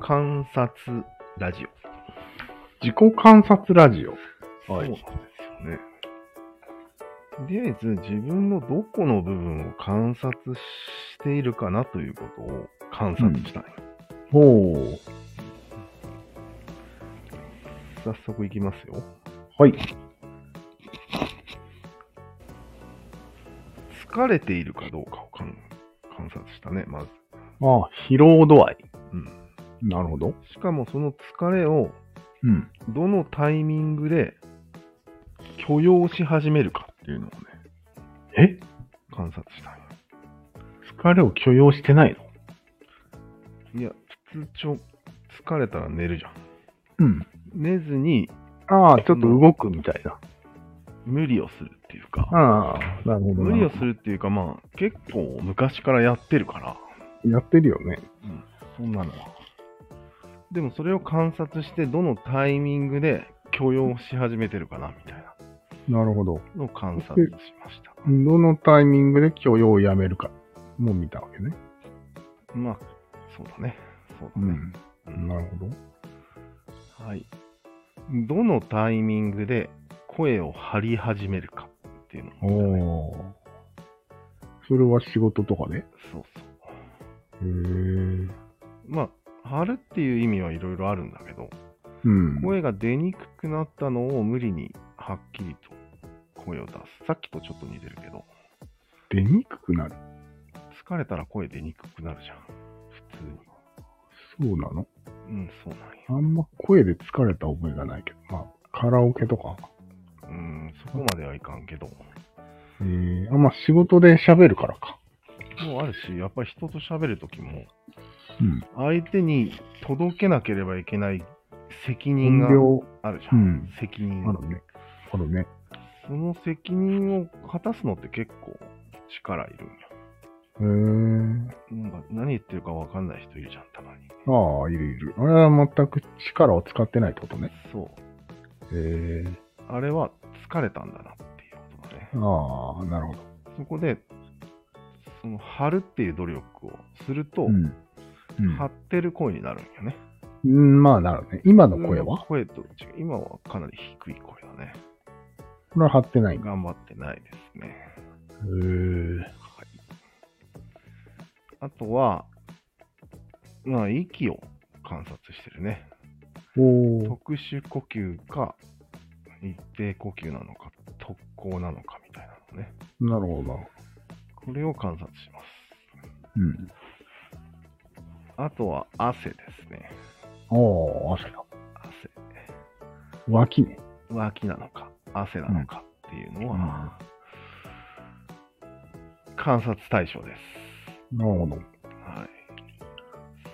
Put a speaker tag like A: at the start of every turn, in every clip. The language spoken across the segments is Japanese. A: 観察ラジ
B: 自己観察ラジオ。
A: オ。
B: はい
A: そうなんですよね。で、自分のどこの部分を観察しているかなということを観察したい。
B: ほう。
A: 早速いきますよ。
B: はい。
A: 疲れているかどうかを観観察したね、まず。
B: ああ、疲労度合い。
A: うん。
B: なるほど。
A: しかもその疲れを
B: うん。
A: どのタイミングで許容し始めるかっていうのをね、
B: え
A: 観察したい。
B: 疲れを許容してないの
A: いや、普通ちょ、疲れたら寝るじゃん。
B: うん。
A: 寝ずに
B: ああ、ちょっと動くみたいな。
A: 無理をするっていうか、
B: ああ、なるほどな。
A: 無理をするっていうか、まあ、結構昔からやってるから、
B: やってるよね。
A: そんなのは。でもそれを観察して、どのタイミングで許容し始めてるかな、みたいな
B: なるほど。
A: のを観察しました。
B: どのタイミングで許容をやめるかも見たわけね。
A: まあ、そうだね。そうだね。
B: なるほど。
A: はい。どのタイミングで声を張り始めるかっていうの
B: お
A: を見たね、
B: おー。それは仕事とかでへ
A: そうそう。
B: え。
A: まあ、張るっていう意味はいろいろあるんだけど、
B: うん。
A: 声が出にくくなったのを無理にはっきりと声を出す。さっきとちょっと似てるけど、
B: 出にくくなる。
A: 疲れたら声出にくくなるじゃん。普通に。
B: そうなの
A: うん、そうなんや。
B: あんま声で疲れた覚えがないけど。まあ、カラオケとか。
A: うん、そこまではいかんけど。
B: えー、あ、まあ仕事で喋るからか。
A: もうあるし、やっぱり人と喋るときも、
B: うん。
A: 相手に届けなければいけない責任
B: 音
A: が
B: 量、
A: あるじゃ。
B: うんん。
A: 責任
B: あるね。あるね。
A: その責任を果たすのって結構力いるんや。
B: へえー。
A: なんか何言ってるかわかんない人いるじゃん、たまに。
B: ああ、いるいる。あれは全く力を使ってないってことね。
A: そう。
B: へえ
A: あれは疲れたんだなっていうことだね。
B: ー。ああ、なるほど。
A: そこで、その張るっていう努力をすると、
B: うん。うん
A: 張ってる声になるんよね。
B: うん、まあなるね。今の声は
A: 声と違う。今はかなり低い声だね。
B: これは張ってないんだ。
A: 頑張ってないですね。
B: へえ。
A: あとは、まあ、息を観察してるね。
B: おー
A: 特殊呼吸か、一定呼吸なのか、特効なのかみたいなのね。
B: なるほど。
A: これを観察します。
B: うん。
A: あとは汗ですね。
B: おー、汗だ。
A: 汗。
B: 脇ね。
A: 脇なのか、汗なのかっていうのは、観察対象です。
B: なるほど。
A: は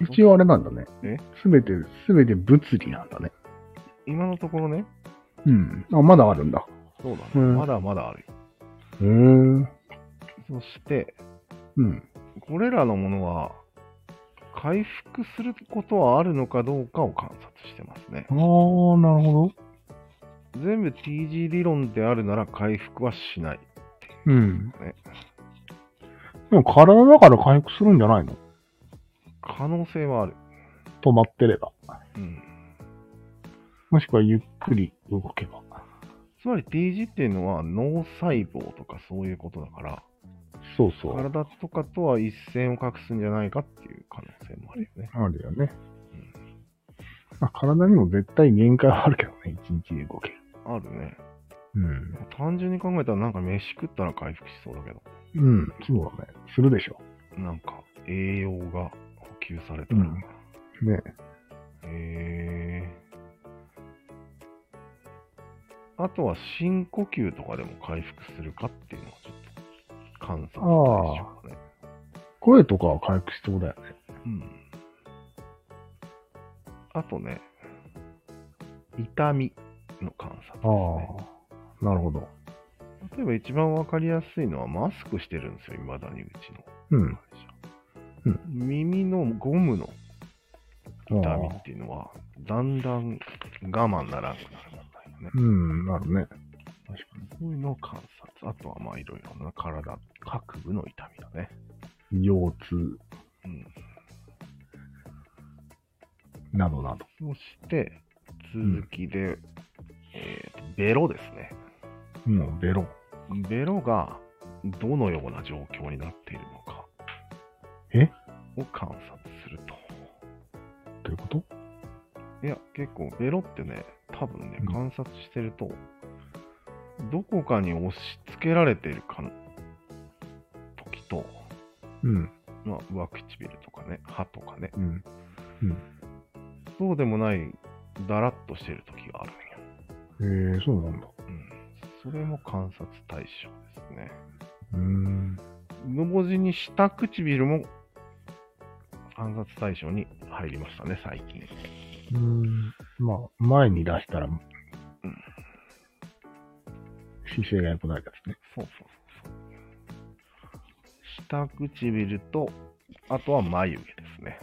A: い。
B: 一応あれなんだね。
A: え
B: すべて、すべて物理なんだね。
A: 今のところね、
B: うん。あ、まだあるんだ。
A: そうだね、
B: うん
A: まだまだあるよ。
B: へえ。うん。
A: そして、これらのものは、回復することはあるのかどうかを観察してますね。
B: ああ、なるほど。
A: 全部 TG 理論であるなら回復はしない。
B: うん
A: ね。
B: でも体だから回復するんじゃないの
A: 可能性はある。
B: 止まってれば。
A: うん。
B: もしくはゆっくり動けば。
A: つまり TG っていうのは脳細胞とかそういうことだから、
B: そうそう。
A: 体とかとは一線を画すんじゃないかっていう可能性もあるよね。
B: あるよね。まあ、体にも絶対限界はあるけどね、一日で動ける。
A: あるね。
B: うん。
A: 単純に考えたらなんか飯食ったら回復しそうだけど、
B: うん、そうだね。するでしょ。
A: なんか栄養が補給されたら。
B: うんね
A: へえ。あとは深呼吸とかでも回復するかっていうのはちょっと観察対象だね。
B: 声とかは回復しそうだよね。
A: うん。あとね、痛みの観察ですね。
B: あ。なるほど。
A: 例えば一番わかりやすいのはマスクしてるんですよ、未だにうちの
B: うん。
A: 会社。
B: うん
A: 耳のゴムの痛み
B: ああ
A: っていうのは、だんだん我慢ならんくなるもんだよね。
B: うん、なるね。確か
A: そういうのを観察。あとはまあいろいろな体、各部の痛みだね。
B: に。腰痛。
A: うん。
B: などなど。
A: そして、続きで、えーとベロですね。
B: うん、ベロ。
A: ベロがどのような状況になっているのか。
B: え
A: を観察すると。
B: ということ
A: いや、結構ベロってね、多分ね
B: う、ん
A: 観察してると、どこかに押し付けられているかの時と、
B: うん、
A: まあ、上唇とかね、歯とかね、
B: うん。
A: そうでもない、だらっとしてる時があるんや。
B: えー、そうなんだ。
A: うん。それも観察対象ですね。
B: うーん。
A: 同時に下唇も観察対象に入りましたね、最近。
B: うーん。まあ、前に出したら、姿勢が良くないですね。
A: そうそうそうそう。下唇と、あとは眉毛ですね。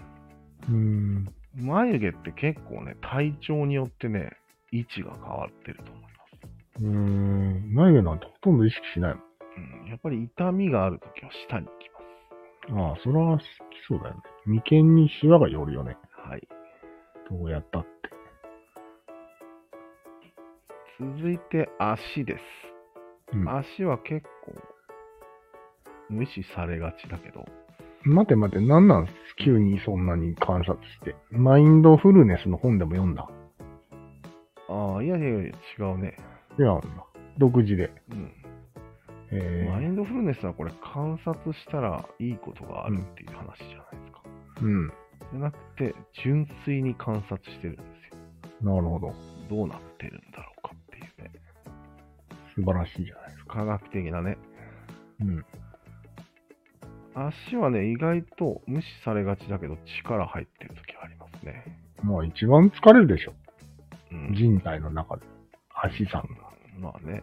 B: うーん。
A: 眉毛って結構ね、体調によってね、位置が変わってると思います。
B: うーん。眉毛なんてほとんど意識しない
A: うん、やっぱり痛みがあるときは下に行きま
B: もん。ああ、それは好きそうだよね。眉間にシワが寄るよね。
A: す。はい。
B: どうやったって。
A: 続いて足です。
B: うん
A: 足は結構無視されがちだけど、
B: 待て待て、なんなん急にそんなに観察して。マインドフルネスの本でも読んだ。
A: ああ、いやいやいや、違うね。
B: 違うんだ。独自で。
A: うん。
B: え
A: マイ
B: ー、
A: ンドフルネスはこれ観察したらいいことがあるっていう話じゃないですか。
B: うん。
A: じゃなくて、純粋に観察してるんですよ。
B: なるほど。
A: どうなってるんだろうかっていうね。
B: 素晴らしいじゃない。
A: 科学的なね。
B: うん。
A: 足はね、意外と無視されがちだけど、力入ってる時はありますね。
B: まあ一番疲れるでしょ。
A: うん。
B: 人体の中で。足さんが。
A: まあね、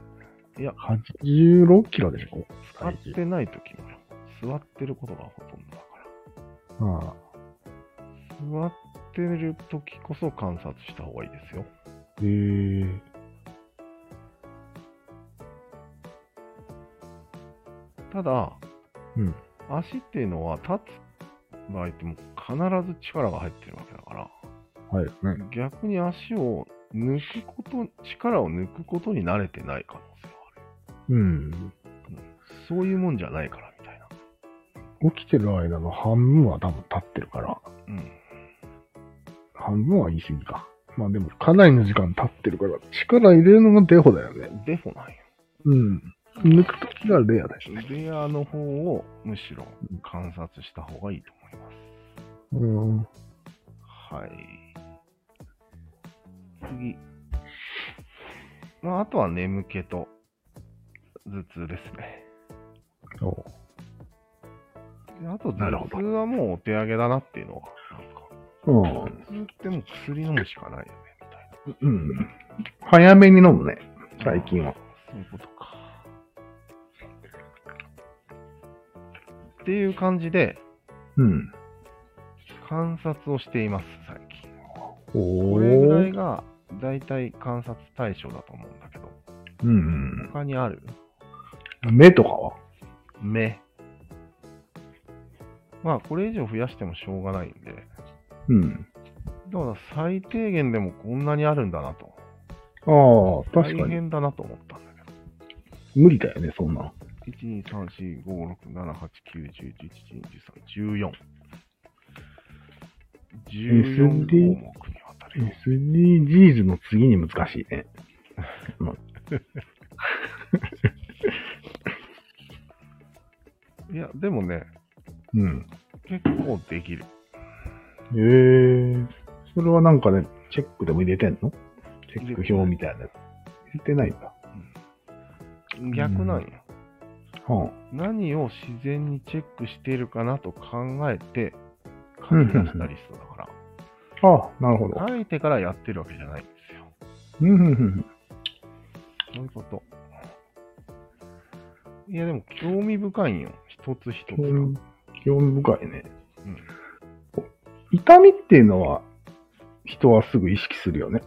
B: 86キロでしょ
A: 使っ
B: 最近。
A: てない時もよ。座ってることがほとんどだから。
B: ああ。
A: 座ってる時こそ観察した方がいいですよ。
B: えー、
A: ただ、
B: うん
A: 足っていうのは立つ場合ってもう必ず力が入ってるわけだから、
B: はいね。
A: 逆に足を抜くこと、力を抜くことに慣れてない可能性はあ
B: うん。
A: る。そういうもんじゃないからみたいな。
B: 起きてる間の半分は多分立ってるから、
A: うん。
B: 半分は言い過ぎか。まあでも、かなりの時間立ってるから、力入れるのがデフォだよね。
A: デフォなんよ。
B: うん。抜くときがレアですね。
A: レアの方をむしろ観察した方がいいと思います。
B: うん。
A: はい。次。まあ、あとは眠気と頭痛ですね。
B: そう。
A: であと
B: なるほ
A: 頭
B: ど
A: 痛はもうお手上げだっていうのが、
B: うん
A: なんか、頭痛ってもう薬飲むしかないよね、みたいな。
B: うん。早めに飲むね。最近は。
A: そういうことか。っていう感じで、
B: うん。
A: 観察をしています、最近。
B: お
A: これぐらいが、だいたい観察対象だと思うんだけど、
B: うん、
A: 他にある
B: うん。目とかは
A: 目。まあ、これ以上増やしてもしょうがないんで、
B: うん。
A: だから最低限でもこんなにあるんだなと。
B: ああ、確か
A: 大
B: に。
A: 変だなと思ったんだけど。
B: 無理だよね、そんなの。
A: 1、2、3、4、5、6、7、8、9、10、11、12、13、14。14項
B: SD
A: 目にわたるよ。
B: SDGs の次に難しいね。
A: いや、でもね、
B: うん。
A: 結構できる。
B: ええそれはなんかね、チェックでも入れてんのチェック表みたいなやつ。入れてないんだ。
A: 逆なんよ。
B: は
A: 何を自然にチェックしているかなと考えて書き出したリストだから。
B: あ、ああなるほど。
A: 書いてからやってるわけじゃないんですよ。
B: うん、うん、うん。
A: そういうこと。いや、でも興味深いんよ。一つ一つ
B: 興
A: が。
B: 味興味深いね
A: うん。
B: 痛みっていうのは、人はすぐ意識するよね。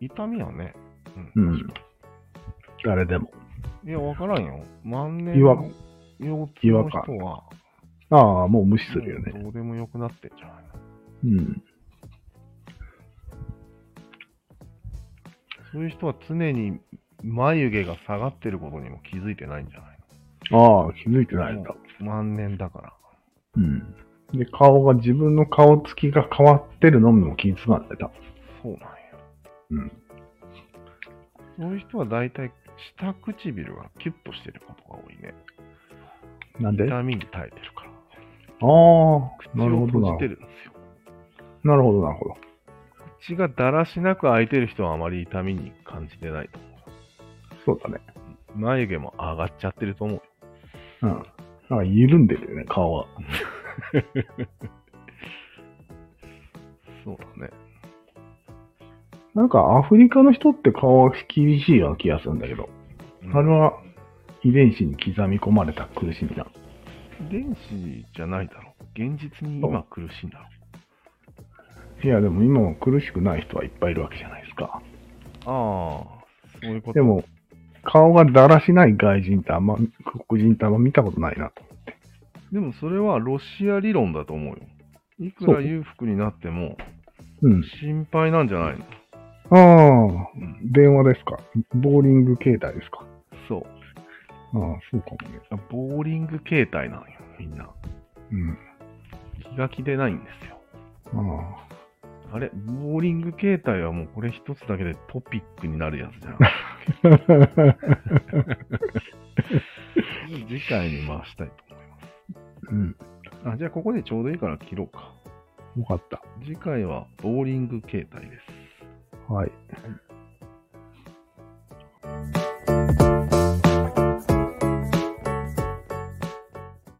A: 痛みはね。
B: う。
A: うん
B: 誰でも。
A: いや、わからんよ。万年
B: 違和
A: の
B: 感。
A: 腰痛
B: 違和
A: の人
B: 感
A: は、
B: ああ、もう無視するよね。
A: もうどうでもよくなってんじゃない
B: うん。
A: そういう人は常に眉毛が下がってることにも気づいてないんじゃない
B: ああ、気づいてないんだ。
A: の万年だから。
B: うん。で、顔が、自分の顔つきが変わってるのにも気づかないんだよ。
A: そうなんや。
B: うん。
A: そういう人は大体下唇がキュッとしてることが多いね。
B: なんで
A: ビ
B: ああ
A: タミンで耐えてるから。、
B: なるほ
A: 口を閉
B: どな
A: じ。てるんですよ。
B: なるほど、なるほど。
A: 口がだらしなく開いてる人はあまり痛みに感じてないと思
B: そうだね。
A: う。眉毛も上がっちゃってると思う。
B: うん。なんか緩んでるよね、顔は。
A: そうだね。
B: なんかアフリカの人って顔は厳しいような気がするんだけど、
A: うん
B: あれは遺伝子に刻み込まれた苦しみだ。
A: 電子じゃないだろう。現実に今苦しいんだろ
B: いや、でも今も苦しくない人はいっぱいいるわけじゃないですか。
A: う。ああ、そういうこと。
B: でも、顔がだらしない外人ってあんま、黒人ってあんま見たことないなと。
A: でもそれはロシア理論だと思うよ。いくら
B: そう
A: 裕福になっても
B: うん。
A: 心配なんじゃないの
B: ああ、
A: うん。
B: 電話ですかボーリング形態ですか
A: そう。
B: ああ、そうかもね。
A: ボーリング形態なんよ、みんな。気が気でないんですよ。
B: うん。ああ、
A: あれ、ボーリング形態はもうこれ一つだけでトピックになるやつじゃ ん。次回に回したいと思いま
B: うん。
A: す。あ、じゃあここでちょうどいいから切ろうか。
B: よかった。
A: 次回はボーリング形態です。
B: はい。